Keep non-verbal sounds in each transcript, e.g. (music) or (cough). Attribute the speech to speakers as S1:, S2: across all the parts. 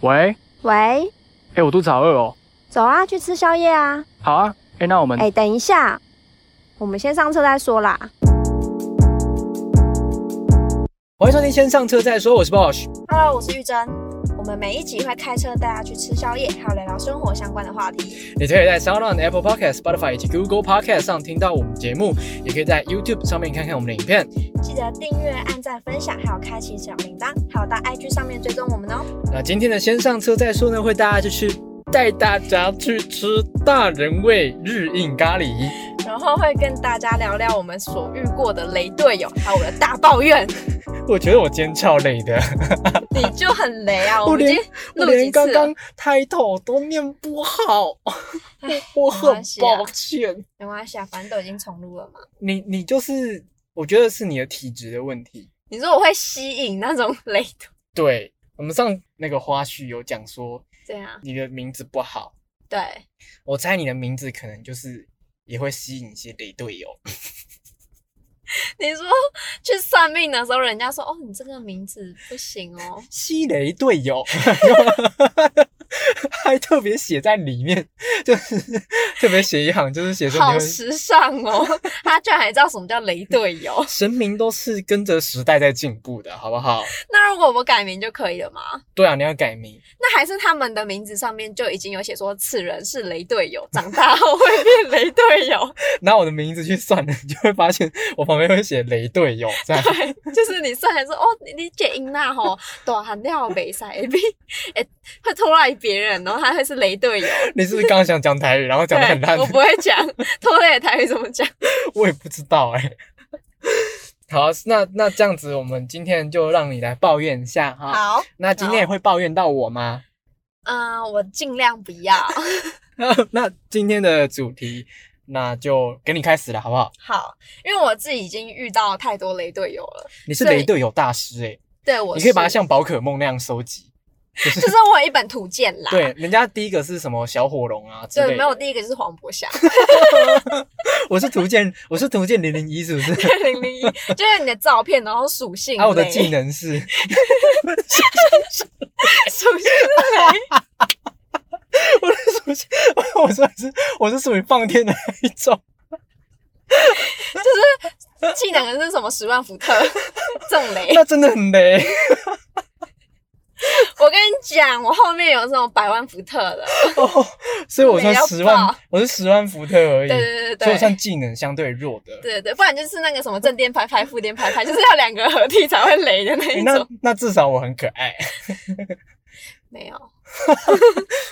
S1: 喂，
S2: 喂，
S1: 哎，我肚子好饿哦。
S2: 走啊，去吃宵夜啊！
S1: 好啊，哎，那我们
S2: 哎、等一下，我们先上车再说啦。
S1: 欢迎收听《先上车再说》，我是 Bosch。
S2: Hello，我是玉珍。我们每一集会开车带大家去吃宵夜，还有聊聊生活相关的话题。
S1: 你可以在 SoundOn、Apple Podcast、Spotify 以及 Google Podcast 上听到我们节目，也可以在 YouTube 上面看看我们的影片。
S2: 记得订阅、按赞、分享，还有开启小铃铛，还有到 IG 上面追踪我们哦。
S1: 那今天的先上车再说呢，会大家就去带大家去吃大人味日印咖喱。
S2: 然后会跟大家聊聊我们所遇过的雷队友，还有我的大抱 (laughs) 怨。
S1: 我觉得我今天超累的，
S2: 你就很雷啊！
S1: 我
S2: 我们已
S1: 连
S2: 经
S1: 我
S2: 录
S1: 连
S2: 几次
S1: 刚
S2: 了
S1: 刚开头都念不好，
S2: 唉
S1: (laughs) 我
S2: 没
S1: 很
S2: 关系啊
S1: 抱歉。
S2: 没关系啊，反正都已经重录了嘛。
S1: 你你就是，我觉得是你的体质的问题。
S2: 你说我会吸引那种雷队？
S1: 对，我们上那个花絮有讲说
S2: 对啊，
S1: 你的名字不好，
S2: 对，
S1: 我猜你的名字可能就是也会吸引一些雷队友。
S2: (laughs) 你说去算命的时候，人家说哦，你这个名字不行哦，
S1: 吸雷队友， (laughs) 还特别写在里面，就是特别写一行，就是写说你
S2: 好
S1: 会
S2: 时尚哦。 (laughs) 他居然还知道什么叫雷队
S1: (laughs)
S2: 友。
S1: 神明都是跟着时代在进步的，好不好？
S2: 那如果我改名就可以了吗？
S1: 对啊，你要改名，
S2: 那还是他们的名字上面就已经有写说此人是雷队友，长大后会变雷队
S1: (laughs)
S2: 友。
S1: 拿我的名字去算了，你就会发现我旁边会写雷队友这样。
S2: 对，就是你算来说哦，你你姐英娜吼， (laughs) 大汉了袂使，会 (laughs) 变诶哎会拖累别人，然后他会是雷队友。
S1: 你是不是刚刚想讲台语，然后讲的很烂
S2: 对，我？不会讲拖累的台语怎么讲。
S1: 我也不知道哎、 (laughs) 好，那那这样子，我们今天就让你来抱怨一下哈。
S2: 好，
S1: 那今天也会抱怨到我吗？
S2: 嗯、我尽量不要。
S1: (laughs) 那今天的主题，那就给你开始了，好不好？
S2: 好，因为我自己已经遇到太多雷队友了。
S1: 你是
S2: 所以
S1: 雷队友大师哎、
S2: 对，我
S1: 你可以把它
S2: 是
S1: 像宝可梦那样收集。
S2: 就是我有一本图鉴
S1: (laughs)
S2: 啦。
S1: 对，人家第一个是什么小火龙啊之
S2: 对，
S1: 类
S2: 没有
S1: 的。
S2: 第一个就是黄渤翔，
S1: 我是图鉴，我是图鉴零零一，是
S2: (laughs)
S1: 不是？
S2: 零零一，就是你的照片，然后属性
S1: 啊，我的
S2: 类
S1: 技能是，(laughs)
S2: (laughs) 属性类，
S1: 我的属性， (laughs) 我说是，我是属于放电的那一种。
S2: 技能是什么？十万伏特正雷。
S1: 那真的很雷。
S2: 我跟你讲，我后面有这种百万伏特的。
S1: 哦，所以我算
S2: 雷要
S1: 十万
S2: 爆，
S1: 我是十万伏特而已，
S2: 对对对
S1: 所以我
S2: 对
S1: 算
S2: 对。
S1: 技能相对弱的。
S2: 对对，不然就是那个什么正电拍拍、负电拍拍，就是要两个合体才会雷的那
S1: 诶
S2: 一
S1: 那
S2: 种。
S1: 那至少我很可爱。
S2: 没有，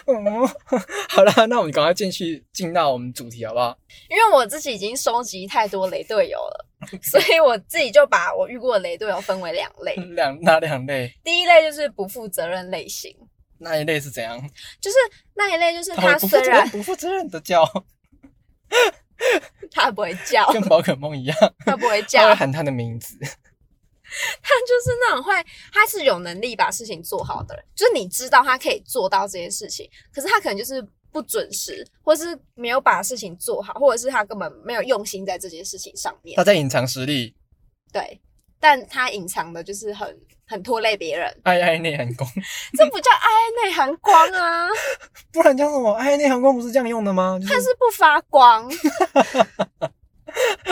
S1: 嗯， (laughs) 好啦，那我们赶快进去进到我们主题好不好？
S2: 因为我自己已经收集太多雷队友
S1: (laughs)
S2: 了，所以我自己就把我遇过的雷队友分为两类。
S1: 两哪两类？
S2: 第一类就是不负责任类型，
S1: 那一类是怎样？
S2: 就是那一类就是
S1: 会
S2: 他
S1: 哦不负
S2: 虽
S1: 责
S2: 然 (laughs) 哦
S1: 任、不负责任的叫，
S2: 他不会叫，
S1: (laughs) 跟宝可梦一样，
S2: 他不会
S1: 他
S2: (laughs) 叫
S1: 会，喊他的名字。
S2: 他就是那种会，他是有能力把事情做好的人，就是你知道他可以做到这件事情，可是他可能就是不准时，或是没有把事情做好，或者是他根本没有用心在这件事情上面
S1: 他。在隐藏实力，
S2: 对，但他隐藏的就是很很拖累别人，
S1: 爱爱内涵光，
S2: 这不叫爱内含光啊，
S1: (laughs) 不然叫什么？爱爱内涵光不是这样用的吗？就
S2: 他
S1: 是
S2: 是不发光。
S1: 嗯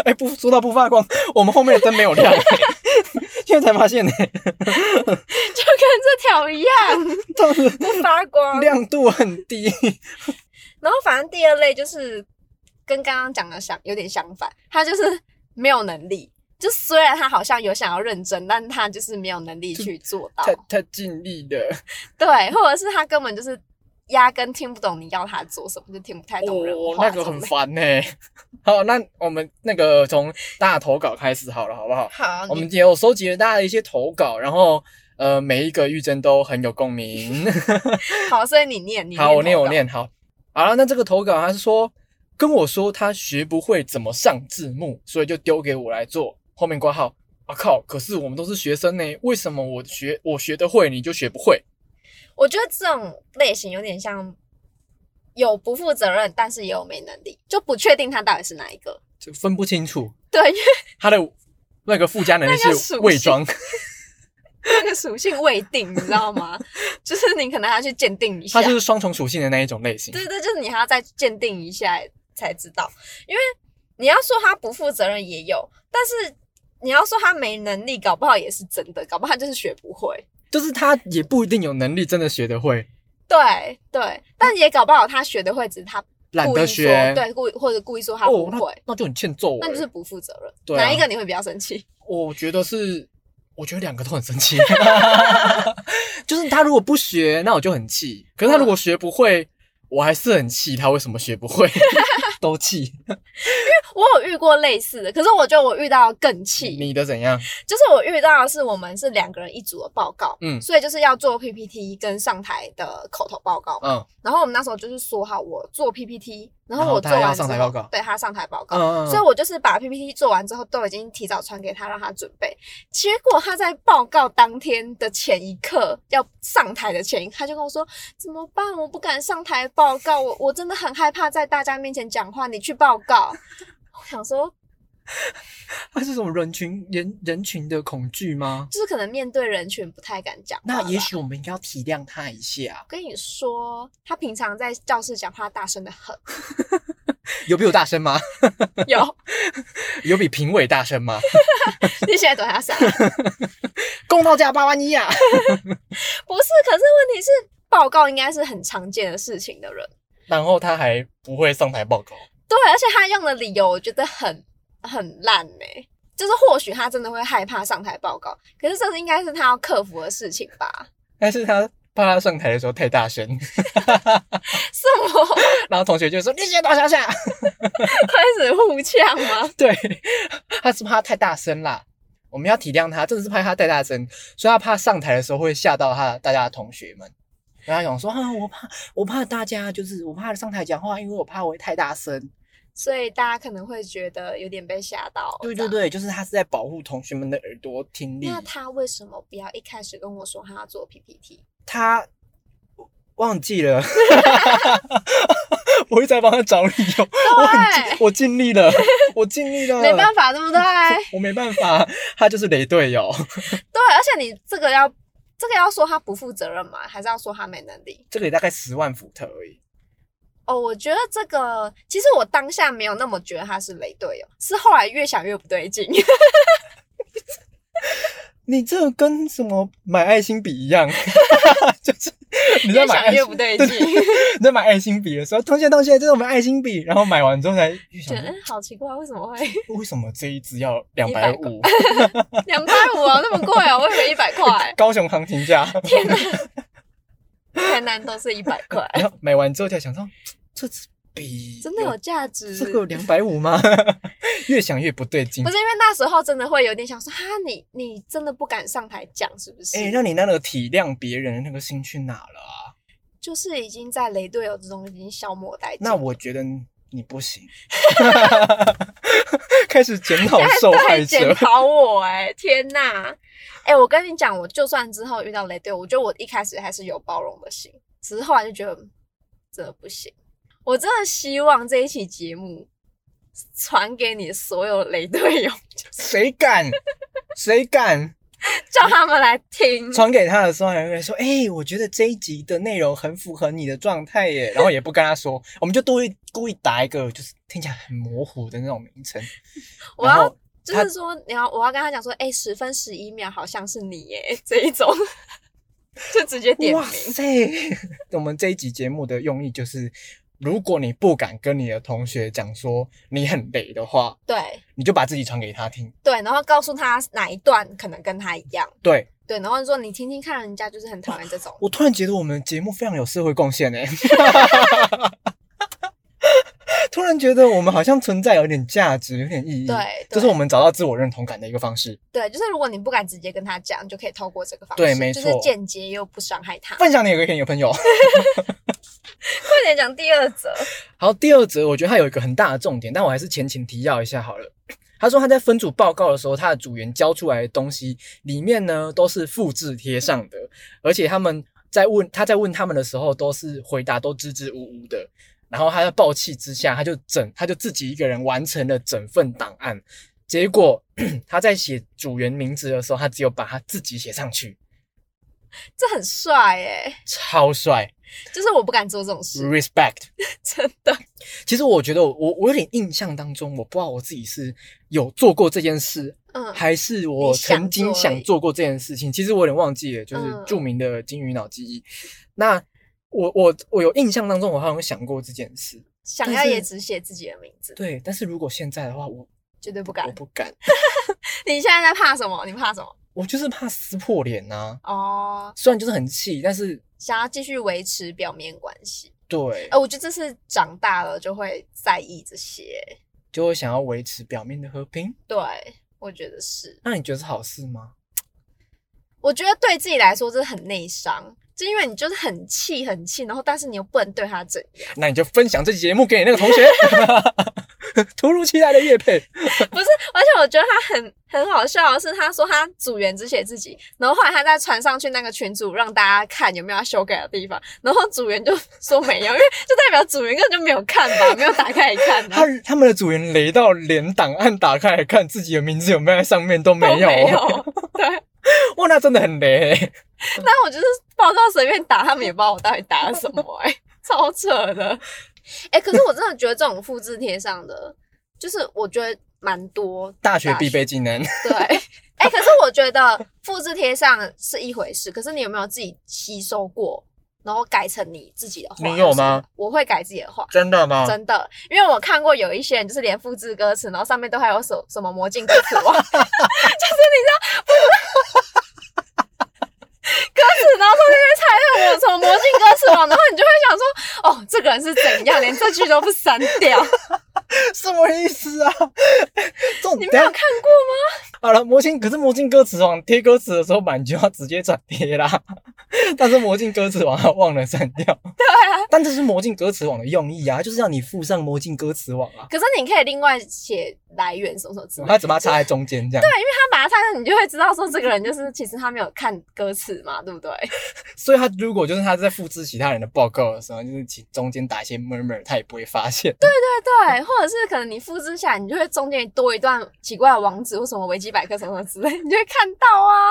S1: 哎，不说到不发光，我们后面的灯没
S2: (laughs)
S1: 有亮，现在才发现呢，
S2: 就跟这条
S1: (laughs)
S2: 一样
S1: 到底
S2: 不发光。
S1: 亮度很低。
S2: 然后反正第二类就是跟刚刚讲的相有点相反，他就是没有能力。就虽然他好像有想要认真，但他就是没有能力去做到
S1: 他。他尽力了，
S2: 对，或者是他根本就是压根听不懂你要他做什么，就听不太懂人
S1: 哦，
S2: 话
S1: 那
S2: 这
S1: 个很
S2: 种类。
S1: 烦呢、 (laughs) 好，那我们那个从大家投稿开始好了，好不好？
S2: 好，
S1: 我
S2: 你
S1: 们也有收集了大家的一些投稿，然后呃，每一个玉珍都很有共
S2: (laughs)
S1: 鸣。
S2: 好，所以你念，你
S1: 好，我念，
S2: 投
S1: 我
S2: 稿。
S1: 念。好，好了，那这个投稿他是说跟我说他学不会怎么上字幕，所以就丢给我来做。后面挂号，啊靠！可是我们都是学生呢，为什么我学我学得会，你就学不会？
S2: 我觉得这种类型有点像有不负责任，但是也有没能力，就不确定他到底是哪一个。
S1: 就分不清楚
S2: 对，因为
S1: 他的那个附加能力
S2: 那个
S1: 是
S2: 属
S1: 伪
S2: 性
S1: 装。
S2: 那个属性未定，你知
S1: (laughs)
S2: 道吗？就是你可能还要去鉴定一下
S1: 他。就是啊双重属性的那一种类型。
S2: 对对，就是你还要再鉴定一下才知道，因为你要说他不负责任也有，但是你要说他没能力，搞不好也是真的，搞不好他就是学不会。
S1: 就是他也不一定有能力真的学得会，
S2: 对对，但也搞不好他学得会，只是他
S1: 懒
S2: 故
S1: 得
S2: 意说
S1: 学。
S2: 对，故意或者故意说他不
S1: 哦，那
S2: 会，
S1: 那就很欠揍欸。
S2: 那就是不负责任。
S1: 对啊
S2: 哪一个你会比较生气？ (laughs)
S1: 我觉得是，我觉得两个都很生气。 (laughs) 就是他如果不学，那我就很气；可是他如
S2: 嗯
S1: 果学不会，我还是很气。他为什么学不
S2: (laughs)
S1: 会？都气。
S2: 我有遇过类似的，可是我觉得我遇到更气。
S1: 你的怎样？
S2: 就是我遇到的是我们是两个人一组的报告，
S1: 嗯
S2: 所以就是要做 PPT 跟上台的口头报告。
S1: 嗯
S2: 然后我们那时候就是说好，我做 PPT，然后
S1: 然后
S2: 我
S1: 他
S2: 做完
S1: 要
S2: 之
S1: 上
S2: 后，
S1: 台报告
S2: 对他上台报告。
S1: 嗯
S2: 所以
S1: 嗯。
S2: 我就是把 PPT 做完之后，都已经提早传给他，让他准备。结果他在报告当天的前一刻，要上台的前一刻，他就跟我说：“怎么办？我不敢上台报告，我我真的很害怕在大家面前讲话。你去报告。” (laughs) 我想说，
S1: 他是什么人群人人群的恐惧吗？
S2: 就是可能面对人群不太敢讲话吧。
S1: 那也许我们应该要体谅他一下啊
S2: 我。跟你说，他平常在教室讲话大声的很，
S1: 有比我大声吗？
S2: 有， (laughs)
S1: 有比评委大声吗？
S2: 你现在躲他伞。
S1: 公道价八万一啊！
S2: 不是，可是问题是，报告应该是很常见的事情的人，
S1: 然后他还不会上台报告。
S2: 对，而且他用的理由我觉得很很烂呢、就是或许他真的会害怕上台报告，可是这是应该是他要克服的事情吧？ (laughs)
S1: 但是他怕他上台的时候太大声， (laughs)
S2: 什么
S1: 然后同学就说：“你先倒下下。
S2: 开始互呛吗？” (laughs)
S1: 对， (laughs) 他是怕他太大声啦。我们要体谅他，真的是怕他太大声，所以他怕上台的时候会吓到他大家的同学们。然后他想说：“啊，我怕，我怕大家就是我怕上台讲话，因为我怕我会太大声。
S2: 所以大家可能会觉得有点被吓到”。
S1: 对对
S2: 这样。
S1: 对，就是他是在保护同学们的耳朵听力。
S2: 那他为什么不要一开始跟我说他要做 PPT？
S1: 他忘记
S2: (laughs)
S1: 了，我会再帮他找理由。我很尽我尽力了，我尽力了，
S2: 没办法，对不 (laughs) 对？
S1: 我没办法，他就是雷队友。
S2: 对，而且你这个要这个要说他不负责任嘛，还是要说他没能力？
S1: 这个也大概十万伏特而已。
S2: 哦，我觉得这个其实我当下没有那么觉得他是雷队友，是后来越想越不对劲。
S1: 你这个跟什么买爱心笔一样， (laughs) 就是你在
S2: 越
S1: 买
S2: 想
S1: 爱
S2: 越
S1: 心
S2: 不对
S1: 对
S2: 劲，
S1: 对你在买爱心笔的时候，同学同学，这是我们爱心笔，然后买完之后才越
S2: 觉
S1: 想
S2: 得嗯好奇怪，为什么会 (laughs)
S1: 为什么这一支要两百
S2: 100
S1: 五？
S2: 两百五啊，那么贵啊？我以为一百块，
S1: (laughs) 高雄行情价。
S2: 天哪， (laughs) 台南都是一百块，
S1: 然后买完之后才想到，这支笔
S2: (laughs) 真的有价值。
S1: 这个两百五吗？ (laughs) 越想越不对劲
S2: 不。是因为那时候真的会有点想说，哈，你你真的不敢上台讲是不是？
S1: 哎、那你那个体谅别人的那个心去哪了啊？
S2: 就是已经在雷队友之中已经消磨殆尽。
S1: 那我觉得你不
S2: (laughs)
S1: 行，开始检讨
S2: 在
S1: (laughs) 受害
S2: 在检
S1: 者。
S2: 讨我、哎，天哪！哎、我跟你讲，我就算之后遇到雷队，我觉得我一开始还是有包容的心，只是后来就觉得嗯真的不行。我真的希望这一期节目传给你所有雷队友，
S1: 谁敢？谁敢
S2: 叫他们来听。
S1: 传给他的时候还会说：“哎、我觉得这一集的内容很符合你的状态耶。”然后也不跟他说，我们就故意故意打一个就是听起来很模糊的那种名称。
S2: 我
S1: 然
S2: 要
S1: 后
S2: 就
S1: 他
S2: 是说，你要我要跟他讲说，哎、十分十一秒好像是你耶，这一种 (laughs) 就直接点
S1: 哇
S2: 名。
S1: 塞！ (laughs) 我们这一集节目的用意就是，如果你不敢跟你的同学讲说你很累的话，
S2: 对
S1: 你就把自己传给他听。
S2: 对，然后告诉他哪一段可能跟他一样。
S1: 对
S2: 对，然后说你听听看，人家就是很讨厌这种。
S1: 我突然觉得我们节目非常有社会贡献哎， (laughs) 突然觉得我们好像存在有点价值，有点意义。
S2: 对，
S1: 这
S2: 对
S1: 是我们找到自我认同感的一个方式。
S2: 对，就是如果你不敢直接跟他讲，就可以透过这个方式，
S1: 对没
S2: 就是
S1: 错
S2: 间接又不伤害他。快 (laughs)
S1: 分享你有个很有朋友。
S2: 点讲第二则，
S1: 好，第二则我觉得它有一个很大的重点，但我还是前情提要一下好了。 (clears throat) 他说他在分组报告的时候，他的组员交出来的东西里面呢都是复制贴上的，而且他们在问他在问他们的时候，都是回答都支支吾吾的。然后他在暴气之下，他就整他就自己一个人完成了整份档案，结果 (clears throat) 他在写组员名字的时候，他只有把他自己写上去，
S2: 这很帅哎、
S1: 超帅
S2: 就是我不敢做这种
S1: 嗯
S2: 事，
S1: ，respect。
S2: (laughs) 真的。
S1: 其实我觉得我我我有点印象当中，我不知道我自己是有做过这件事，
S2: 嗯，
S1: 还是我曾经想做过这件事情。其实我有点忘记了，就是
S2: 嗯
S1: 著名的金鱼脑记忆。那我我我有印象当中，我好像有想过这件事，
S2: 想
S1: 但
S2: 要
S1: 是
S2: 也只写自己的名字，
S1: 对。但是如果现在的话，我
S2: 绝对不
S1: 我
S2: 敢。
S1: 不敢，
S2: 你现在在怕什么？你怕什么？
S1: 我就是怕撕破脸呐、
S2: 哦，
S1: 虽然就是很气，但是
S2: 想要继续维持表面关系。
S1: 对
S2: 哎、，我觉得这是长大了就会在意这些。
S1: 就会想要维持表面的和平。
S2: 对，我觉得是。
S1: 那你觉得是好事吗？
S2: 我觉得对自己来说，这很内伤，就因为你就是很气很气，然后但是你又不能对他怎样，
S1: 那你就分享这期节目给你那个同学。
S2: (laughs)
S1: 突如其来的叶配，
S2: 不是？而且我觉得他很很好笑的是，他说他组员只写自己，然后后来他再传上去那个群组让大家看有没有要修改的地方，然后组员就说没有，因为就代表组员根本就没有看吧，没有打开来看吧
S1: 他。他们的组员雷到连档案打开来看自己的名字有没有在上面都没
S2: 都
S1: 有，
S2: 没有，对。
S1: (laughs) 哇，那真的很雷、
S2: 那我就是报告随便打，他们也不知道我到底打了什么、哎，超扯的。 (laughs) 哎、可是我真的觉得这种复制贴上的，就是我觉得蛮多
S1: 大学必备技能，
S2: 对，哎、可是我觉得复制贴上是一回事，可是你有没有自己吸收过，然后改成你自己的话？
S1: 你有吗？啊
S2: 我会改自己的话。
S1: 真的吗
S2: 真的，因为我看过有一些人就是连复制歌词，然后上面都还有什什么魔镜歌词王， (laughs) 就是你知道， (laughs) 歌词，然后上面在猜那个什么魔镜歌词王，然后你就会想说，哦，这个人是怎样，连这句都不删掉， (laughs)
S1: 什么意思啊？ (laughs) 这种
S2: 你没有看过吗？
S1: 好了，魔镜可是魔镜歌词王贴歌词的时候，版就要直接转贴啦。 (laughs) 但是魔镜歌词王他忘了删掉。 (laughs) 对
S2: 啊，
S1: 但这是魔镜歌词王的用意啊，就是让你附上魔镜歌词王啊，
S2: 可是你可以另外写来源什么什么之类的，
S1: 他只把它插在中间这样。对，
S2: 他把它拆了，你就会知道说这个人就是其实他没有看歌词嘛，对不 (laughs) 对？
S1: 所以他如果就是他在复制其他人的报告的时候，就是其中间打一些 murmur，他也不会发现。对，
S2: 对，或者是可能你复制下来，你就会中间多一段奇怪的网址或什么维基百科什么之类，你就会看到啊，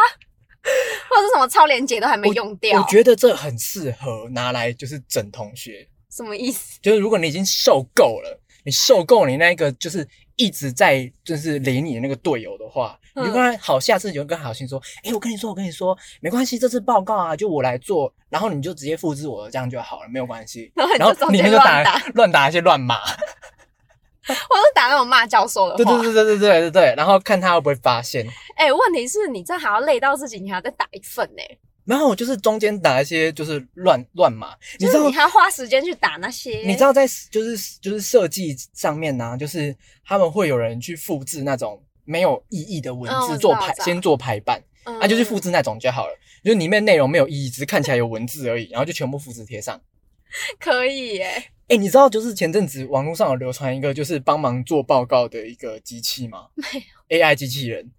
S2: 或者是什么超链接都还没用掉，
S1: 我觉得这很适合拿来就是整同学，
S2: 什么意思？
S1: 就是如果你已经受够了，你受够你那个就是一直在就是理你的那个队友的话，
S2: 嗯
S1: 你就跟他好，下次你就跟好心说，诶、我跟你说，我跟你说，没关系，这次报告啊，就我来做，然后你就直接复制我的，这样就好了，没有关系。
S2: 然后你
S1: 然
S2: 就
S1: 后
S2: 中
S1: 里面
S2: 间
S1: 就
S2: 乱
S1: 打
S2: 打，
S1: 乱打一些乱码，
S2: 或者是打那种骂教授的话。
S1: 对对对对对对对对，然后看他会不会发现。
S2: 哎、问题是你这还要累到自己，你还要再打一份欸呢、
S1: 然后我就是中间打一些就是乱乱码，你
S2: 就
S1: 知
S2: 是
S1: 道
S2: 你还要花时间去打那些，
S1: 你知道在就是就是设计上面呢、就是他们会有人去复制那种没有意义的文
S2: 嗯我
S1: 字
S2: 知
S1: 做
S2: 道
S1: 排，
S2: 我知道
S1: 先做排版，
S2: 嗯
S1: 啊，就是复制那种就好了，就是里面内容没有意义，只是看起来有文字而已，然后就全部复制贴上。
S2: 可以耶、
S1: 哎、
S2: 欸，
S1: 你知道就是前阵子网络上有流传一个就是帮忙做报告的一个机器吗？没有 AI 机器人，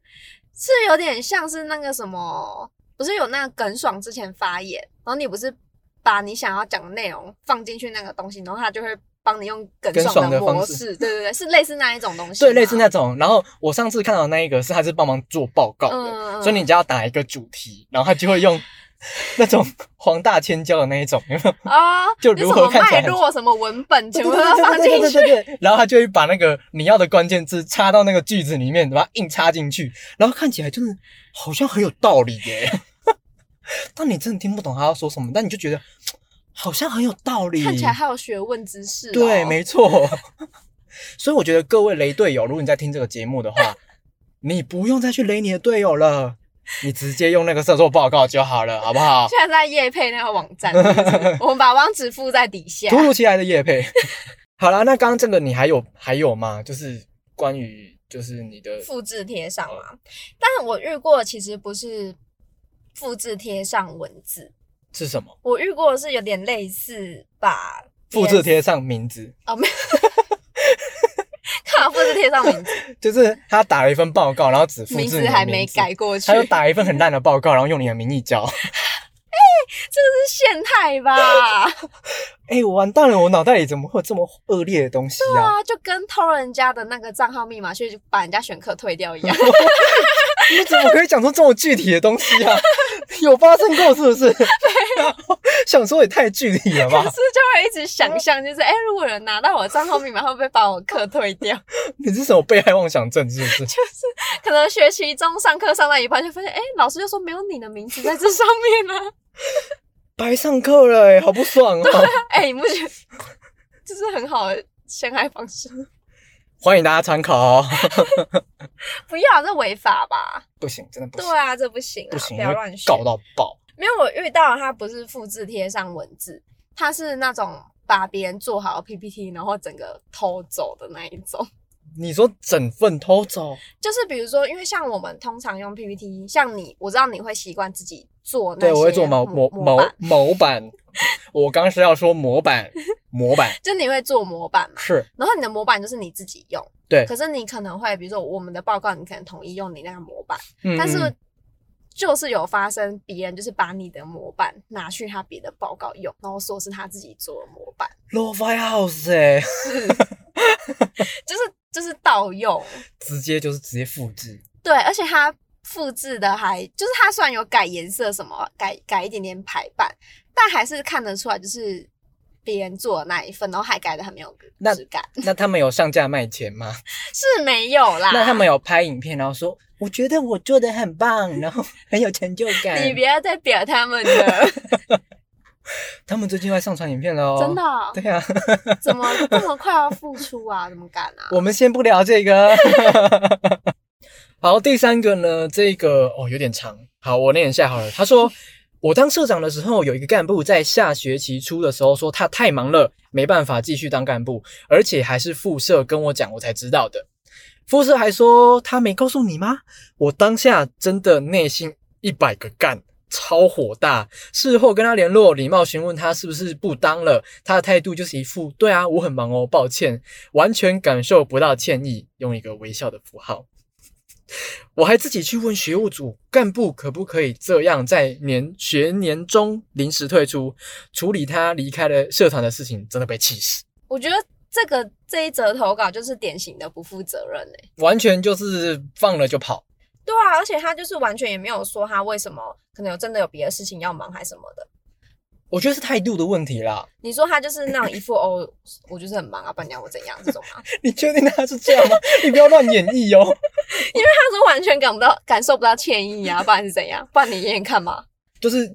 S2: 是有点像是那个什么，不是有那个耿爽之前发言，然后你不是把你想要讲的内容放进去那个东西，然后他就会帮你用耿爽
S1: 耿爽的方
S2: 模
S1: 式
S2: 式，对对对，是类似那一种东西吗，
S1: 对，类似那种。然后我上次看到那一个是它是帮忙做报告的，
S2: 嗯嗯嗯嗯
S1: 所以你只要打一个主题，然后它就会用 (laughs) 那种 (laughs) 黄大千教的那一种，有没有？
S2: 啊，
S1: 就
S2: 你
S1: 如
S2: 什
S1: 何
S2: 么
S1: 看起来
S2: 脉
S1: 很
S2: 络、什么文本，全部都
S1: 对
S2: 放
S1: 对对
S2: 进
S1: 对
S2: 去，
S1: 对对，然后他就会把那个你要的关键字插到那个句子里面，把它硬插进去，然后看起来就是好像很有道理耶。 (laughs) 但你真的听不懂他要说什么，但你就觉得好像很有道理，
S2: 看起来还有学问知识、哦，
S1: 对，没错。 (laughs) 所以我觉得各位雷队友，如果你在听这个节目的话，你不用再去雷你的队友了，你直接用那个射作报告就好了，好不好？
S2: 现在在夜配那个网站，
S1: (laughs)
S2: 是不是我们把网址附在底下
S1: 突。如其来的夜配。 (laughs) 好啦，那刚刚这个你还有还有吗？就是关于就是你的
S2: 复制贴上嘛，但是我遇过的其实不是复制贴上文字，
S1: 是什么？
S2: 我遇过的是有点类似把
S1: 复制贴上名字，
S2: 哦，没有，看我复制贴上名字，
S1: 就是他打了一份报告，然后 (laughs) 只复制
S2: 名
S1: 你的
S2: 字还没改，过去，
S1: 他
S2: 这
S1: 又
S2: 是
S1: 打了一份很烂的报告，然后用你的名义交。
S2: 陷害吧？
S1: (laughs) 哎、我完蛋了，我脑袋里怎么会有这么恶劣的东西啊？
S2: 啊，就跟偷人家的那个账号密码去把人家选课退掉一样。
S1: 你怎么可以讲出这么具体的东西啊？ (laughs) 有发生过是不
S2: (laughs)
S1: 是？想说也太具体了
S2: 可
S1: 吧
S2: (laughs) 是？就会一直想象，就是哎、如果有人拿到我的账号密码，会不会把我课退掉？ (laughs)
S1: 你是什么被害妄想症是不是？
S2: 可能学期中上课上到一半，就发现哎、老师就说没有你的名字在这上面啊呢、
S1: 白上课了、欸，好不爽哦、
S2: (laughs) 哎、你不觉得这是很好的陷害方式？
S1: 欢迎大家参考哦，
S2: 不要，这违法吧？
S1: 不行，真的不
S2: 对
S1: 行，
S2: 啊，这不行啊，
S1: 不行，
S2: 要乱选。
S1: 搞到爆。
S2: 没有，我遇到他不是复制贴上文字，他是那种把别人做好的 PPT，然后整个偷走的那一种。
S1: 你说整份偷走，
S2: 就是比如说，因为像我们通常用 PPT，像你，我知道你会习惯自己 (laughs) 做那
S1: 对
S2: 些
S1: 我会做模模
S2: 模
S1: 模
S2: 板，
S1: 模板， (laughs) 我刚是要说模
S2: (laughs)
S1: 板，模板
S2: 就你会做模板嘛，
S1: 是
S2: 然后你的模板就是你自己用，
S1: 对
S2: 可是你可能会，比如说我们的报告，你可能统一用你那个模板，
S1: 嗯
S2: 但是
S1: 嗯
S2: 就是有发生别人就是把你的模板拿去他别的报告用，然后说是他自己做的模板， (laughs)
S1: Lo-Fi House 哎、
S2: 就是就是盗用。
S1: 直接就是直接复
S2: (laughs)
S1: 制，
S2: 对，而且它复制的还就是它虽然有改颜色什么，改改一点点排版，但还是看得出来就是别人做的那一份，然后还改的很没有
S1: 那
S2: 质感，
S1: 那他们有上架卖钱吗？
S2: 是没有啦。
S1: 那他们有拍影片，然后说我觉得我做的很棒，然后很有成就感。
S2: (laughs) 你别再表他们了，
S1: 他们最近要上传影片了哦，
S2: 真的哦、
S1: 对啊，
S2: 怎么这么快要复出啊？怎么敢啊？
S1: 我们先不聊这个。 (laughs) 好，第三个呢，这个哦有点长，好，我念一下好了。他说，我当社长的时候，有一个干部在下学期初的时候说他太忙了，没办法继续当干部，而且还是副社跟我讲，我才知道的。副社还说他没告诉你吗？我当下真的内心一百个干，超火大。事后跟他联络，礼貌询问他是不是不当了，他的态度就是一副对啊，我很忙哦，抱歉，完全感受不到歉意，用一个微笑的符号。我还自己去问学务组干部可不可以这样在年学年中临时退出，处理他离开了社团的事情，真的被气死，
S2: 我觉得这个这一则投稿就是典型的不负责任欸
S1: 完全就是放了就跑。
S2: 对啊，而且他就是完全也没有说他为什么可能有真的有别的事情要忙还什么的。
S1: 我觉得是态度的问题啦。
S2: 你说他就是那种一副哦，我就是很忙啊，不然你要我怎样这种
S1: (laughs)
S2: 吗？
S1: 你确定他是这样吗？你不要乱演绎哦。
S2: 他说完全感不到、感受不到歉意啊，不然是怎样？不然你演演看嘛。
S1: 就是，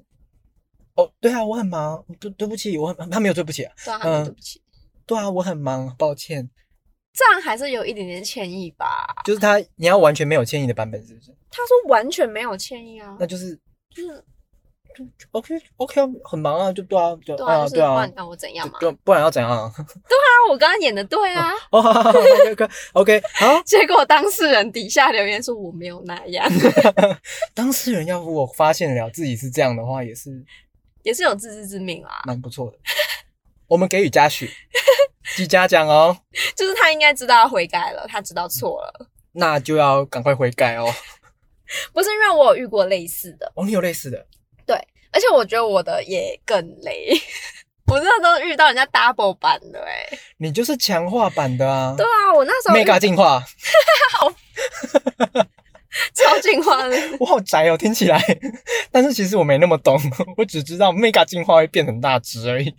S1: 哦，对啊，我很忙，对对不起，我很他没有对不起、啊，
S2: 对啊，他说
S1: 嗯
S2: 对不起，
S1: 对啊，我很忙，抱歉。
S2: 这样还是有一点点歉意吧。
S1: 就是他，你要完全没有歉意的版本是不是？
S2: 他说完全没有歉意啊
S1: 那，就是
S2: 就是
S1: 就就 OK OK 啊，很忙啊，就对啊，就
S2: 对
S1: 啊
S2: 啊，就是
S1: 对
S2: 不
S1: 啊
S2: 然你，要我怎样
S1: 就
S2: 嘛？
S1: 就不然要怎样啊？ (laughs)
S2: 那我刚刚演的对啊，
S1: 哦好好好 OK OK OK，好，
S2: (laughs) 结果当事人底下留言说我没有那样， (laughs)
S1: 当事人要如果发现了自己是这样的话，也是
S2: 也是有自知之明啊，
S1: 蛮不错的。我们给予嘉许，记嘉奖哦，
S2: 就是他应该知道他悔改了，他知道错了，
S1: 那就要赶快悔改哦。
S2: 不是因为我有遇过类似的。
S1: 哦，你有类似的，
S2: 而且我觉得我的也更雷， (laughs) 我那都遇到人家 double 版的哎、
S1: 你就是强化版的啊
S2: 对啊，我那时候遇
S1: ，mega 进化，
S2: (laughs) 超进化的，
S1: 我好宅哦，听起来， (laughs) 但是其实我没那么懂， (laughs) 我只知道 mega 进化会变很大只而已。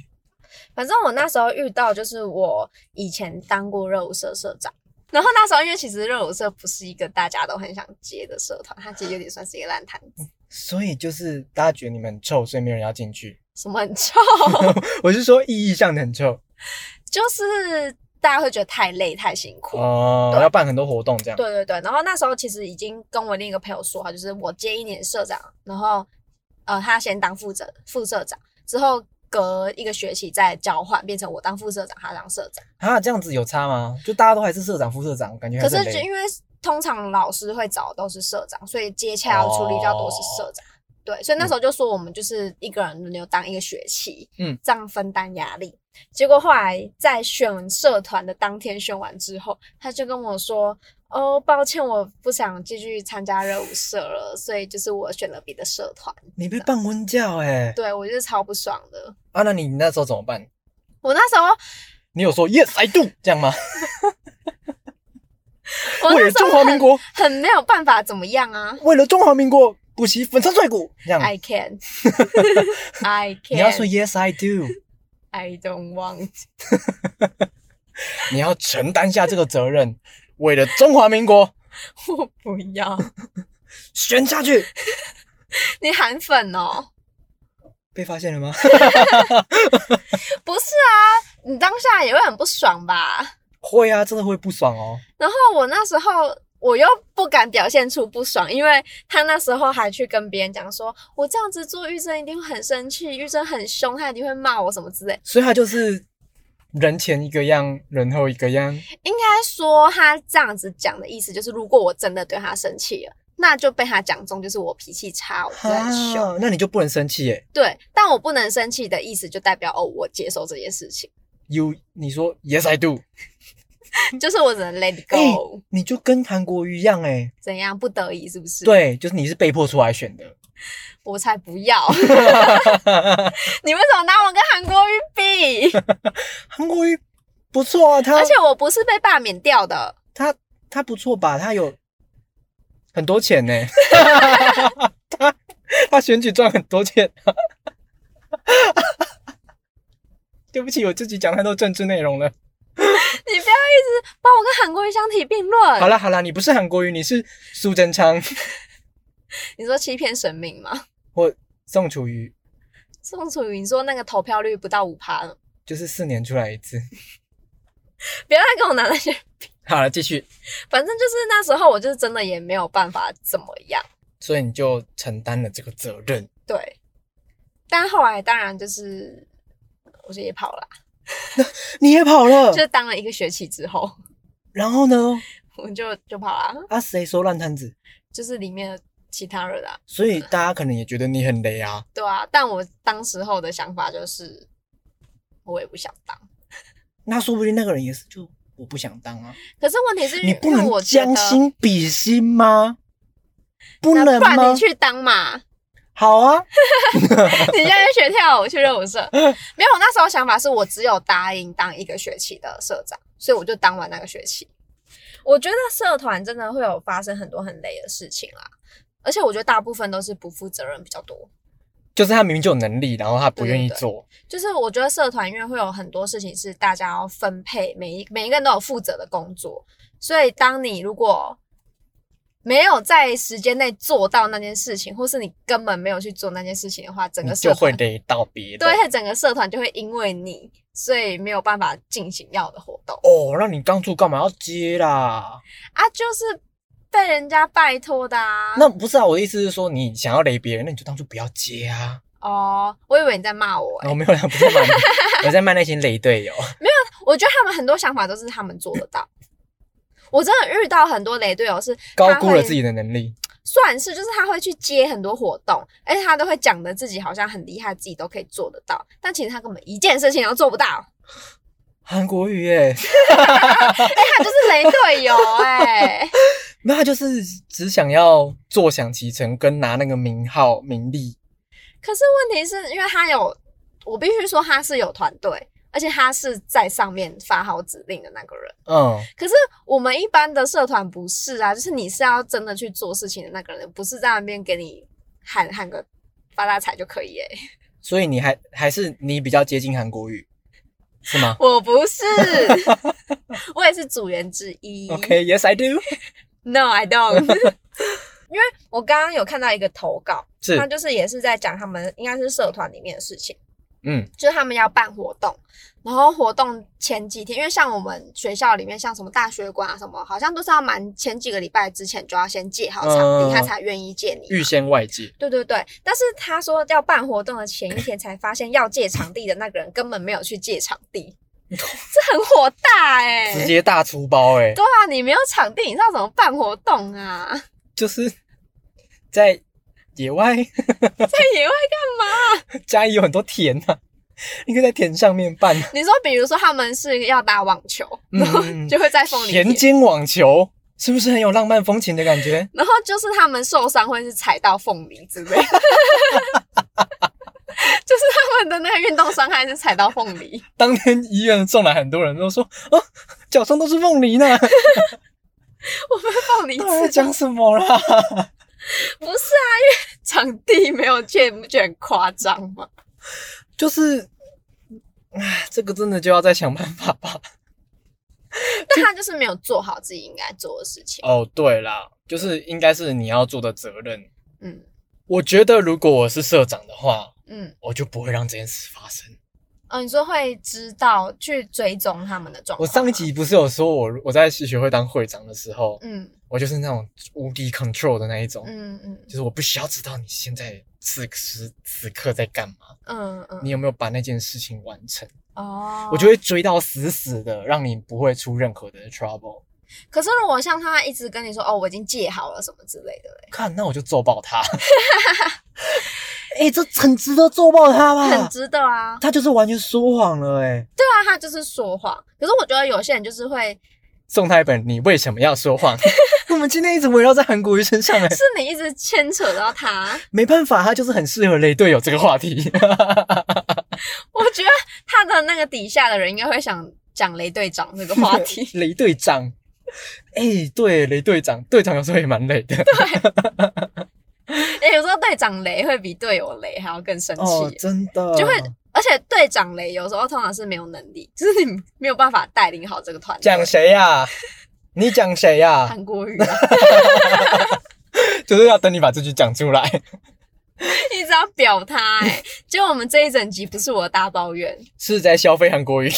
S2: 反正我那时候遇到就是我以前当过热舞社社长。然后那时候，因为其实热舞社不是一个大家都很想接的社团，它其实有点算是一个烂摊子，
S1: 所以就是大家觉得你们很臭，所以没有人要进去。
S2: 什么很臭， (laughs)
S1: 我是说意义上的很臭
S2: 就是大家会觉得太累、太辛苦。
S1: 哦，
S2: 对
S1: 要办很多活动这样。
S2: 对对对，然后那时候其实已经跟我另一个朋友说好，就是我接一年社长，然后呃他先当副社副社长，之后隔一个学期再交换，变成我当副社长，他当社长。
S1: 啊，这样子有差吗？就大家都还是社长、副社长，感觉还
S2: 可
S1: 很
S2: 是就
S1: 累。
S2: 因为通常老师会找都是社长，所以接洽要处理比较多是社长。
S1: 哦
S2: 对，所以那时候就说我们就是一个人轮流当一个学期，
S1: 嗯，
S2: 这样分担压力。结果后来在选社团的当天选完之后，他就跟我说：“哦，抱歉，我不想继续参加热舞社了，所以就是我选了别的社团。
S1: 你被办婚教哎、
S2: 对”我就是超不爽的。
S1: 啊，那你那时候怎么办？
S2: 我那时候，
S1: 你有说 yes I do 这样吗？
S2: 我
S1: 为
S2: 那
S1: 了
S2: 时
S1: 中
S2: 候
S1: 华
S2: 很
S1: 民国，
S2: 很没有办法怎么样啊。
S1: 为了中华民国，不惜粉身碎骨这样。(laughs)
S2: I can, I
S1: 嗯你要说
S2: can,
S1: yes I do， (laughs)
S2: I don't want。
S1: 你要承担下这个责任，为了中华民国
S2: (laughs) 我不要，
S1: 选下去。
S2: 你韩粉哦？
S1: 被发现了吗？ (laughs)
S2: 不是啊，你当下也会很不爽吧？
S1: 会啊，真的会不爽哦。
S2: 然后我那时候我又不敢表现出不爽，因为他那时候还去跟别人讲说，我这样子做玉珍一定会很生气，玉珍很凶，她一定会骂我什么之类。
S1: 所以他就是人前一个样，人后一个样。
S2: 应该说他这样子讲的意思就是，如果我真的对他生气了。那就被他讲中，就是我脾气差，我真的很凶。
S1: 啊那你就不能生气耶。
S2: 对，但我不能生气的意思，就代表哦，我接受这件事情，
S1: You，你说 Yes I do，
S2: 就是我只能 let it
S1: 哎
S2: go，、
S1: 你就跟韩国瑜一样哎。
S2: 怎样不得已是不是？，
S1: 对，就是你是被迫出来选的。 (laughs)
S2: 我才不要！ (laughs) 你为什么拿我跟韩国瑜
S1: (laughs)
S2: 比？
S1: 韩国瑜不错啊，他
S2: 而且我不是被罢免掉的，
S1: 他他不错吧？他有很多钱
S2: (laughs)
S1: 呢。他他选举赚很多钱。 (laughs) 对不起，我自己讲太多政治内容了。
S2: 你不要一直把我跟韩国瑜相提并论。
S1: 好啦好啦，你不是韩国瑜，你是苏贞昌、
S2: 你说欺骗神明吗？ (laughs)
S1: 宋楚瑜，
S2: 宋楚瑜，你说那个投票率不到五趴呢，
S1: 就是四年出来一次。 (laughs)
S2: 不要再跟我拿那些
S1: 好了，继续。
S2: 反正就是那时候，我就是真的也没有办法怎么样，
S1: 所以你就承担了这个责任。
S2: 对。但后来当然就是，我就也跑了，啊
S1: 你也跑了
S2: 就当了一个学期之后， (laughs)
S1: 然后呢？
S2: 我就就跑了，
S1: 啊，谁说烂摊子？
S2: 就是里面的其他人啊，
S1: 所以大家可能也觉得你很雷啊。
S2: 对啊。但我当时候的想法就是，我也不想当。
S1: 那说不定那个人也是，就我不想当啊。
S2: 可是问题是，
S1: 你不
S2: 因为
S1: 能
S2: 我觉
S1: 将
S2: 得，
S1: 心比心吗？不
S2: 那
S1: 能
S2: 不然
S1: 吗
S2: 你？去当嘛， (laughs)
S1: 好啊，
S2: 你现在就学跳舞去热舞社。没有，我那时候想法是我只有答应当一个学期的社长，所以我就当完那个学期。我觉得社团真的会有发生很多很累的事情啦，而且我觉得大部分都是不负责任比较多。
S1: 就是他明明就有能力，然后他不愿意
S2: 对对对
S1: 做。
S2: 就是我觉得社团因为会有很多事情是大家要分配，每一每一个人都有负责的工作，所以当你如果没有在时间内做到那件事情，或是你根本没有去做那件事情的话，整
S1: 你
S2: 个
S1: 就
S2: 社
S1: 会
S2: 团
S1: 得到别的。
S2: 对整个社团就会因为你，所以没有办法进行要的活动
S1: 哦，那你当初干嘛要接啦？
S2: 啊，就是被人家拜托的啊。
S1: 那不是啊，我的意思是说，你想要雷别人，那你就当初不要接啊。
S2: 哦，我以为你在骂我、 (laughs) 欸，
S1: 我哦没有啦，不是骂你，我在骂那些雷队哦友。
S2: (laughs) 我觉得他们很多想法都是他们做得到。我真的遇到很多雷队友是
S1: 高估了
S2: 他会
S1: 自己的能力。
S2: 算是，就是他会去接很多活动，而且他都会讲的自己好像很厉害，自己都可以做得到，但其实他根本一件事情都做不到。
S1: 韩国语耶，
S2: 哎、他就是雷队友哎、
S1: 那他就是只想要坐享其成，跟拿那个名号名利。
S2: (laughs) 可是问题是因为他有，我必须说他是有团队，而且他是在上面发号指令的那个人。
S1: 嗯，
S2: 可是我们一般的社团不是啊，就是你是要真的去做事情的那个人，不是在那边给你喊喊个发大财就可 (laughs) 以哎、
S1: 所以你还还是你比较接近韩国语，是
S2: (laughs)
S1: 吗
S2: 我不是，我也是组员之一。
S1: ？OK，Yes、I do 。
S2: No, I
S1: (laughs)
S2: don't 。因为我刚刚有看到一个投稿，他
S1: 是，
S2: 就是也是在讲他们应该是社团里面的事情，
S1: 嗯，
S2: 就是他们要办活动，然后活动前几天，因为像我们学校里面像什么大学馆啊什么，好像都是要满前几个礼拜之前就要先借好场
S1: 嗯
S2: 地，他才愿意借你
S1: 预
S2: 嘛。
S1: 先外界。
S2: 对对对，但是他说要办活动的前一天才发现要借场地的那个人根本没有去借场
S1: (laughs)
S2: 地，这很火大哎、
S1: 直接大粗包哎、
S2: 对啊，你没有场地，你知道怎么办活动
S1: (laughs)
S2: 啊？
S1: 就是在野外 (laughs)
S2: 在野外
S1: 家里有很多田呐、啊，你可以在田上面办
S2: 你说，比如说他们是要打网球，
S1: 嗯
S2: (laughs) 然后就会在风里
S1: 田
S2: 面，
S1: 间网球，是不是很有浪漫风情的感觉？
S2: 然后就是他们受伤会是踩到凤梨之类的。 (laughs) 就是他们的那个运动伤害是踩到凤梨，
S1: 当天医院送来很多人都说啊，脚上都是凤 (laughs) 梨呢，
S2: 我们凤梨
S1: 到底在
S2: 吃
S1: 讲什么啦？
S2: 不是啊，因为场地没有建，你不觉得很夸张吗？
S1: 就是，唉，这个真的就要再想办法吧。
S2: 但他就是没有做好自己应该做的事情。
S1: 哦，对啦，就是应该是你要做的责任。
S2: 嗯
S1: 我觉得如果我是社长的话，
S2: 嗯，
S1: 我就不会让这件事发生。
S2: 哦，你说会知道去追踪他们的状
S1: 我
S2: 况。
S1: 上一，集不是有说我我在系学会当会长的时候，
S2: 嗯
S1: 我就是那种无敌 control 的那一种，
S2: 嗯嗯
S1: 就是我必须要知道你现在此时此刻在干嘛，
S2: 嗯嗯，
S1: 你有没有把那件事情完成，
S2: 哦，
S1: 我就会追到死死的，让你不会出任何的 trouble。
S2: 可是如果像他一直跟你说哦，我已经戒好了什么之类的嘞，
S1: 看，那我就揍爆他。 (laughs) 哎、这很值得揍爆他
S2: 很
S1: 吧？
S2: 值得啊。
S1: 他就是完全说谎了、哎，
S2: 对啊，他就是说谎。可是我觉得有些人就是 (laughs) 会，
S1: 送他一本《你为什么要说谎》。 (laughs) 我们今天一直围绕在韩国瑜身上、哎，
S2: 是你一直牵扯到他，
S1: 没办法，他就是很适合雷队友这个话题。
S2: 我觉得他的那个底下的人应该会想讲雷队长这个话题。 (laughs)
S1: (laughs) 雷队长，哎、对，雷队长，队长有时候也蛮累的。
S2: 哎、有时候队长雷会比队友雷还要更生气、
S1: 哦，真的，
S2: 就会而且队长雷有时候通常是没有能力，就是你没有办法带领好这个团队。
S1: 讲谁呀？你讲谁呀？
S2: 韩国语、啊， (laughs)
S1: 就是要等你把这句讲出来。
S2: 一直要表他、哎，结果我们这一整集不是我的大抱怨。
S1: 是在消费韩国语。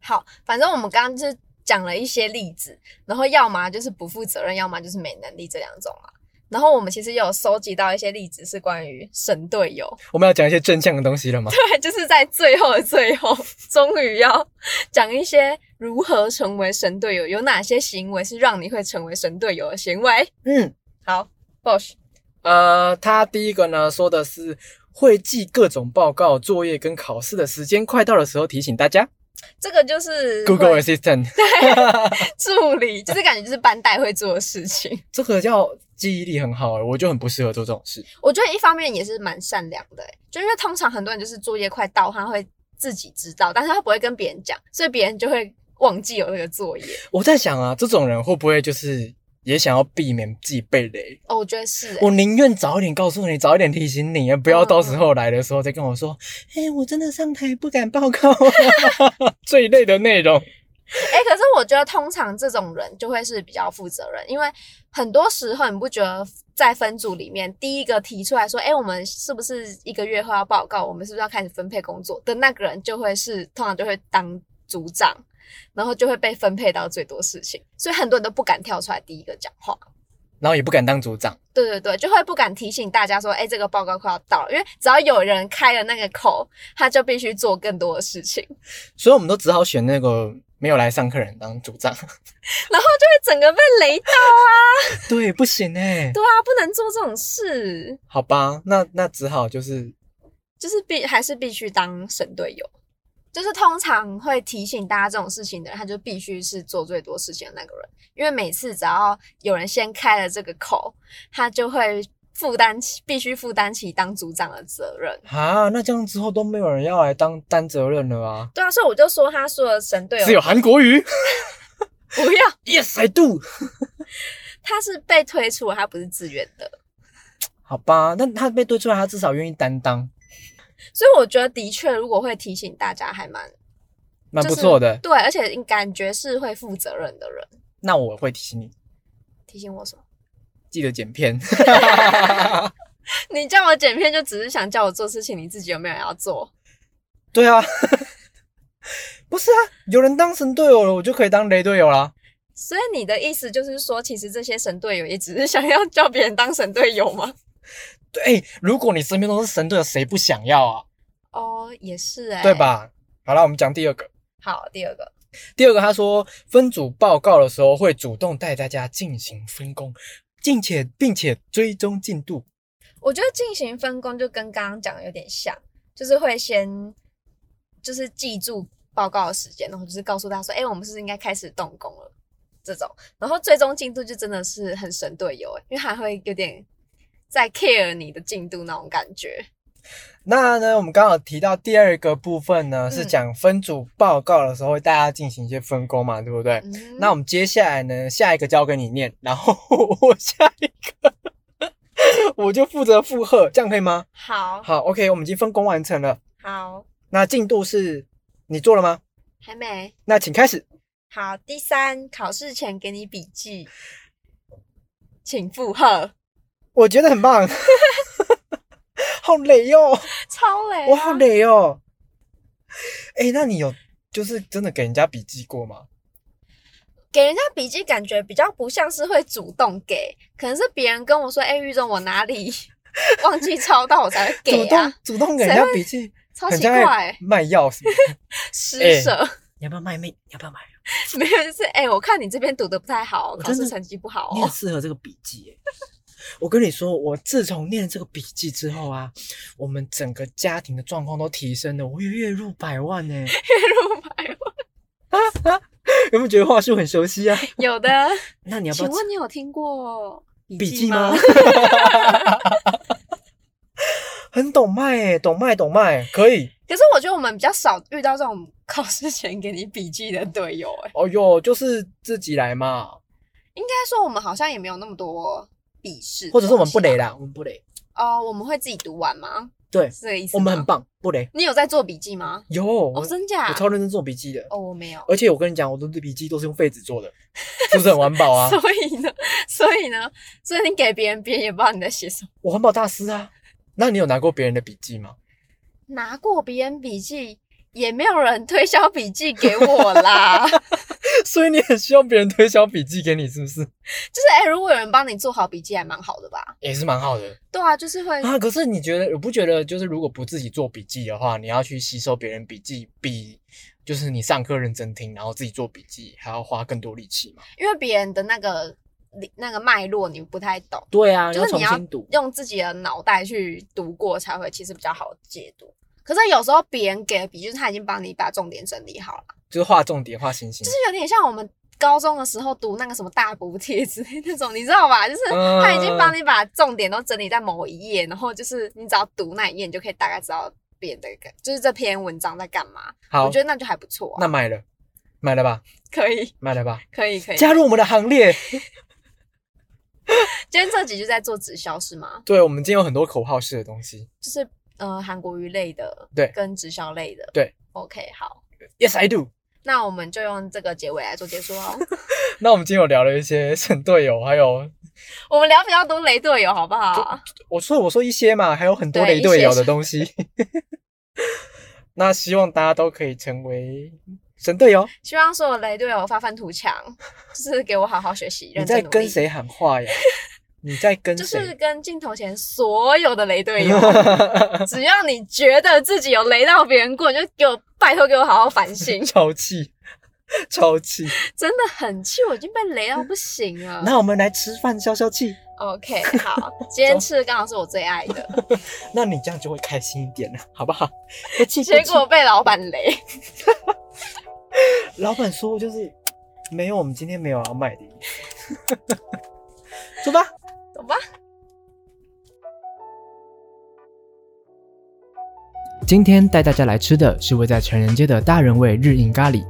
S2: 好，反正我们刚刚就是讲了一些例子，然后要么就是不负责任，要么就是没能力这两种啊。然后我们其实也有收集到一些例子是关于神队友， (laughs)
S1: 我们要讲一些正向的东西了吗？
S2: 对，就是在最后的最后，终于要讲一些如何成为神队友，有哪些行为是让你会成为神队友的行为。
S1: (laughs) 嗯，
S2: 好，Bosch，
S1: 呃，他第一个呢说的是会记各种报告、作业跟考试的时间快到的时候提醒大家。
S2: 这个就是会
S1: Google Assistant，
S2: (laughs) 助理，就是感觉就是班代会做的事情。
S1: 这个叫记忆力很好、欸，我就很不适合做这种事。
S2: 我觉得一方面也是蛮善良的、欸，就因为通常很多人就是作业快到，他会自己知道，但是他不会跟别人讲，所以别人就会忘记有这个作业。
S1: 我在想啊，这种人会不会就是也想要避免自己被雷？
S2: 哦，我觉得是、欸，
S1: 我宁愿早一点告诉你，早一点提醒你，不要到时候来的时候再跟我说， (laughs) 哎、我真的上台不敢报告、啊 (laughs) 这一类的内容。
S2: 哎、可是我觉得通常这种人就会是比较负责任，因为很多时候你不觉得在分组里面，第一个提出来说，哎、我们是不是一个月后要报告，我们是不是要开始分配工作的那个人，就会是通常就会当组长，然后就会被分配到最多事情，所以很多人都不敢跳出来第一个讲话。
S1: 然后也不敢当组长，
S2: 对对对，就会不敢提醒大家说，哎、这个报告快要到了，因为只要有人开了那个口，他就必须做更多的事情， (laughs) 因
S1: 所以我们都只好选那个没有来上课人当组长。
S2: 为整个被雷到
S1: (laughs)
S2: 啊！
S1: 对，不行哎、
S2: 对啊，不能做这种事。
S1: 好吧，那那只好就是
S2: 就是必还是必须当神队友，就是通常会提醒大家这种事情的人，他就必须是做最多事情的那个人，因为每次只要有人先开了这个口，他就会负担起必须负担起当组长的责任。
S1: 啊，那这样之后都没有人要来当担责任了啊，
S2: 对啊，所以我就说他说的神队
S1: 只
S2: 友
S1: 有韩国瑜
S2: 不要，
S1: 啊，Yes I do。
S2: 他是被推出的，他不是自愿的。
S1: 好吧，那他被推出来，他至少愿意担当，
S2: 所以我觉得的确，如果会提醒大家，还蛮
S1: 蛮不错的。
S2: 对，而且感觉是会负责任的人。
S1: 那我会提醒你，
S2: 提醒我什么？ (laughs)
S1: 记得剪 (laughs) 片。
S2: 你叫我剪片，就只是想叫我做事情，你自己有没有要做？
S1: 对啊， (laughs) 不是啊，有人当神队友了，我就可以当雷队友啦。
S2: 所以你的意思就是说，其实这些神队友也只是想要叫别人当神队友吗？
S1: 对，哎如果你身边都是神队友，谁不想要啊？
S2: 哦，也是哎、
S1: 对？吧？好啦，我们讲第二个。
S2: 好，第二个，
S1: 第二个，他说分组报告的时候会主动带大家进行分工，并且并且追踪进度。
S2: 我觉得进行分工就跟刚刚讲的有点像，就是会先就是记住报告的时间，然后就是告诉他说，哎、我们是不是应该开始动工了？欸这种，然后最终进度就真的是很神队友哎、因为还会有点在 care 你的进度那种感觉。
S1: 那呢，我们刚好提到第二个部分呢，是
S2: 嗯
S1: 讲分组报告的时候，大家进行一些分工嘛，对不对？
S2: 嗯
S1: 那我们接下来呢，下一个交给你念，然后我下一个我就负责附和，这样可以吗？
S2: 好
S1: 好，OK，我们已经分工完成了。
S2: 好
S1: 那进度是你做了吗？
S2: 还没
S1: 那请开始。
S2: 好。第三，考试前给你笔记，请附和。
S1: 我觉得很棒， (laughs) 好累哦哟、
S2: 超累、啊，
S1: 我好累哦。哎、那你有就是真的给人家笔记过吗？
S2: 给人家笔记感觉比较不像是会主动给，可能是别人跟我说：“哎、玉总，我哪里 (laughs) 忘记抄到，我才会给
S1: 主动
S2: 啊。
S1: 主动给人家笔记，”
S2: 超
S1: 很
S2: 奇
S1: 像欸
S2: 怪、
S1: 在卖药什么的。
S2: 施舍、
S1: (laughs)
S2: (laughs)
S1: 你要不要卖命？你要不要买？
S2: 没有，就是哎、我看你这边读的不太好，
S1: 我
S2: 考
S1: 真的
S2: 试成绩不好、
S1: 你很
S2: (laughs) 哦。
S1: 适合这个笔记耶。我跟你说，我自从念了这个笔记之后啊，我们整个家庭的状况都提升了，我月入百万 (laughs) 呢。有没有觉得话术很熟悉啊？
S2: (laughs) 有的，
S1: 那你要不
S2: 请
S1: 要
S2: 问你有听过
S1: 笔
S2: 笔
S1: 记
S2: 记
S1: 吗
S2: 吗？？
S1: (laughs) 很懂卖耶，懂卖懂卖，可以。
S2: 可是我觉得我们比较少遇到这种考试前给你笔记的队友、哎，
S1: 哦哟，就是自己来嘛，
S2: 应该说我们好像也没有那么多笔试，
S1: 或者是我们不雷啦，我们不雷。
S2: 哦，我们会自己读完吗？
S1: 对，
S2: 是这个意思
S1: 我
S2: 吗？
S1: 们很棒，不雷。啊
S2: 你有在做笔记吗？
S1: 有，我
S2: 哦，真假？
S1: 我超认真做笔记的，
S2: 哦，我没有。
S1: 而且我跟你讲，我的笔记都是用废纸 (laughs) 做的，是不是很环保啊？
S2: (laughs) 所以呢，所以呢，所以你给别人，别人也不知道你在写什么。
S1: 我环保大师啊。那你有拿过别人的笔记吗？ (laughs)
S2: 拿过别人笔记，也没有人推销笔记给我
S1: (laughs)
S2: 啦。
S1: 所以你很希望别人推销笔记给你，是不是？
S2: 就是哎、如果有人帮你做好笔记，还蛮好的吧？
S1: 也是蛮好的
S2: 对啊，就是会，
S1: 啊。可是你觉得，我不觉得，就是如果不自己做笔记的话，你要去吸收别人笔记，比就是你上课认真听，然后自己做笔记还要花更多力气嘛？
S2: 因为别人的那个理那个脉络你不太懂，
S1: 对啊，
S2: 就是
S1: 重
S2: 你要
S1: 新读。
S2: 用自己的脑袋去读过，才会其实比较好解读。可是有时候别人给的笔记，就是他已经帮你把重点整理好了，
S1: 就是画重点，画星星。
S2: 就是有点像我们高中的时候读那个什么大补帖之类那种，你知道吧？就是
S1: 嗯
S2: 他已经帮你把重点都整理在某一页，然后就是你只要读那一页，你就可以大概知道别人的感，就是这篇文章在干嘛。
S1: 好
S2: 我觉，得那就还不错、啊，
S1: 那买了，买了吧，
S2: (laughs) 可以，
S1: 买了吧，
S2: 可以，可以。
S1: 加入我们的行列。
S2: 今天这集就在做直销是吗？
S1: 对，我们今天有很多口号式的东西。
S2: 就是呃韩国瑜类的，
S1: 对
S2: 跟直销类的，
S1: 对。
S2: OK，好，
S1: Yes, I do。
S2: 那我们就用这个结尾来做结束哦。 (laughs)
S1: 那我们今天有聊了一些神队友，还有
S2: 我们聊比较多雷队友，好不好？
S1: 我说我说一些嘛，还有很多
S2: 对
S1: 雷队友
S2: 一些
S1: 的东西。 (laughs) 那希望大家都可以成为神队友。
S2: 希望所有雷队友发愤
S1: (laughs)
S2: 图强，就是给我好好学习，
S1: 你
S2: 认真
S1: 在
S2: 努力。
S1: 跟？谁喊话呀？你在跟
S2: 就
S1: 谁，
S2: 是？跟镜头前所有的雷队友。只要你觉得自己有雷到别人过，你就给我拜托给我好好反省
S1: (laughs) 超气，超气。
S2: 真的很气，我已经被雷到不行了。
S1: 那我们来吃饭消消气。
S2: OK，好，
S1: (laughs)
S2: 今天吃的刚好是我最爱的，
S1: 那你这样就会开心一点了，好不
S2: (laughs)
S1: 好？不气不
S2: 结
S1: 气
S2: 果被老板雷。
S1: 老板说就是没有，我们今天没有要卖的 (laughs) 意思。走吧。
S2: 走吧。
S1: 今天带大家来吃的是位在成人街的大人味日印咖喱。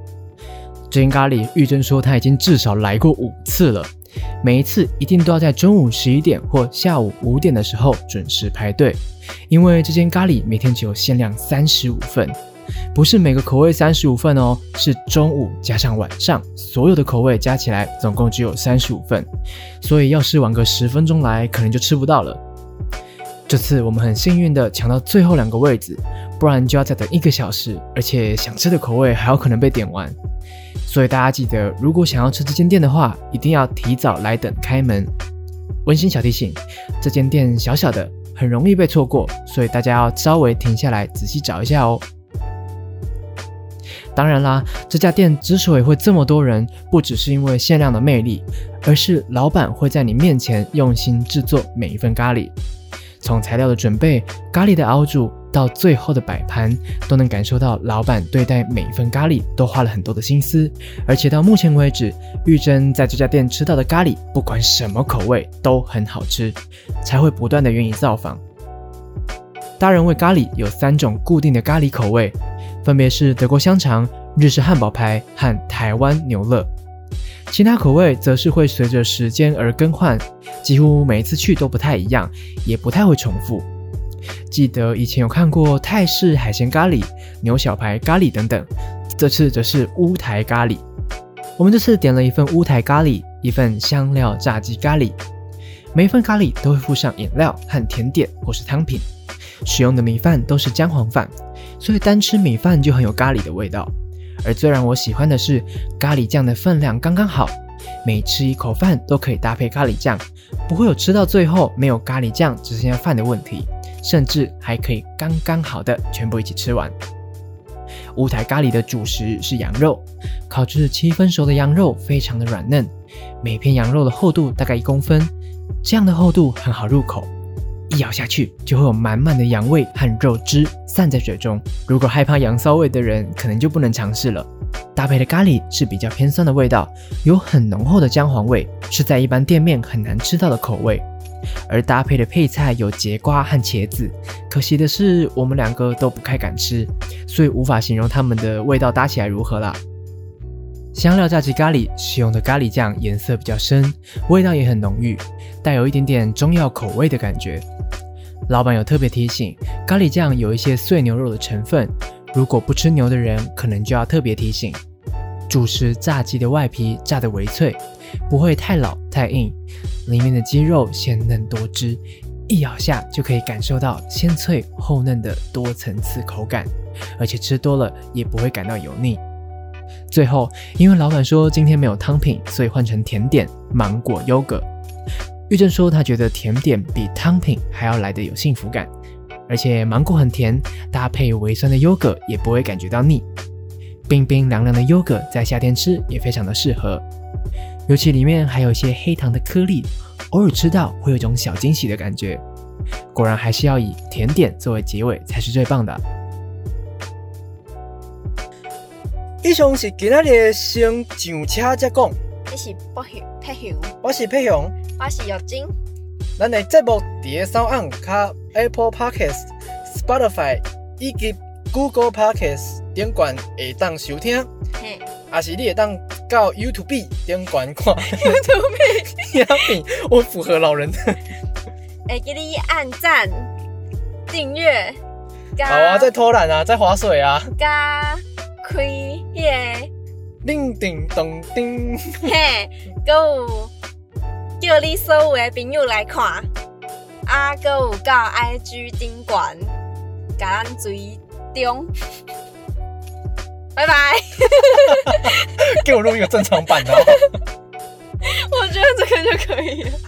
S1: 这间咖喱，玉珍说她已经至少来过五次了，每一次一定都要在中午十一点或下午五点的时候准时排队，因为这间咖喱每天只有限量三十五份，不是每个口味三十五份哦，是中午加上晚上所有的口味加起来总共只有三十五份，所以要是晚个十分钟来，可能就吃不到了。这次我们很幸运的抢到最后两个位置，不然就要再等一个小时，而且想吃的口味还有可能被点完。所以大家记得，如果想要吃这间店的话，一定要提早来等开门。温馨小提醒：这间店小小的，很容易被错过，所以大家要稍微停下来仔细找一下哦。当然啦，这家店之所以会这么多人，不只是因为限量的魅力，而是老板会在你面前用心制作每一份咖喱，从材料的准备、咖喱的熬煮、
S3: 到最后的摆盘，都能感受到老板对待每一份咖喱都花了很多的心思。而且到目前为止，玉珍在这家店吃到的咖喱，不管什么口味都很好吃，才会不断的愿意造访。大人味咖喱有三种固定的咖喱口味，分别是德国香肠、日式汉堡排和台湾牛肋。其他口味则是会随着时间而更换，几乎每一次去都不太一样，也不太会重复。记得以前有看过泰式海鲜咖喱、牛小排咖喱等等，这次则是乌台咖喱。我们这次点了一份乌台咖喱，一份香料炸鸡咖喱，每一份咖喱都会附上饮料和甜点或是汤品，使用的米饭都是姜黄饭，所以单吃米饭就很有咖喱的味道。而最让我喜欢的是咖喱酱的分量刚刚好，每吃一口饭都可以搭配咖喱酱，不会有吃到最后没有咖喱酱只剩下饭的问题，甚至还可以刚刚好的全部一起吃完。乌台咖喱的主食是羊肉，烤至七分熟的羊肉非常的软嫩，每片羊肉的厚度大概一公分，这样的厚度很好入口，一咬下去就会有满满的羊味和肉汁散在嘴中。如果害怕羊骚味的人，可能就不能尝试了。搭配的咖喱是比较偏酸的味道，有很浓厚的姜黄味，是在一般店面很难吃到的口味。而搭配的配菜有节瓜和茄子，可惜的是我们两个都不太敢吃，所以无法形容它们的味道搭起来如何啦。香料炸鸡咖喱使用的咖喱酱颜色比较深，味道也很浓郁，带有一点点中药口味的感觉。老板有特别提醒，咖喱酱有一些碎牛肉的成分，如果不吃牛的人，可能就要特别提醒。主食炸鸡的外皮炸得微脆，不会太老太硬，里面的鸡肉鲜嫩多汁，一咬下就可以感受到鲜脆厚嫩的多层次口感，而且吃多了也不会感到油腻。最后，因为老板说今天没有汤品，所以换成甜点芒果优格。玉珍说，她觉得甜点比汤品还要来得有幸福感，而且芒果很甜，搭配微酸的优格也不会感觉到腻。冰冰凉凉的优格在夏天吃也非常的适合，尤其里面还有一些黑糖的颗粒，偶尔吃到会有一种小惊喜的感觉。果然还是要以甜点作为结尾才是最棒的。
S1: 以上是今仔日先上车再讲，
S2: 你是不熊配熊，
S1: 我是佩雄，
S2: 我是有金，
S1: 咱的节目伫咧 s o u n 卡 Apple Podcast、Spotify 以及 Google Podcast 顶管会当收听，
S2: 嘿，
S1: 也啊是你会当到 YouTube 顶管看 (laughs)
S2: 图片，
S1: 影片。我符合老人的。
S2: 哎，给你按赞、订阅，
S1: 好啊，在偷懒啊，在划水啊，
S2: 加开耶，
S1: 叮叮咚叮。 (laughs)
S2: (laughs) 嘿，搁有叫你所有的朋友来看，啊，搁有到 IG 顶管，甲咱追踪， (laughs) 拜拜。
S1: 给我录一个正常版的、 (laughs) 哦，
S2: 我觉得这个就可以了，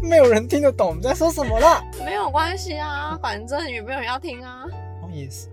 S1: 没有人听得懂我们在说什么啦。
S2: 没有关系啊，反正也没有人要听啊。
S1: 哦，也是。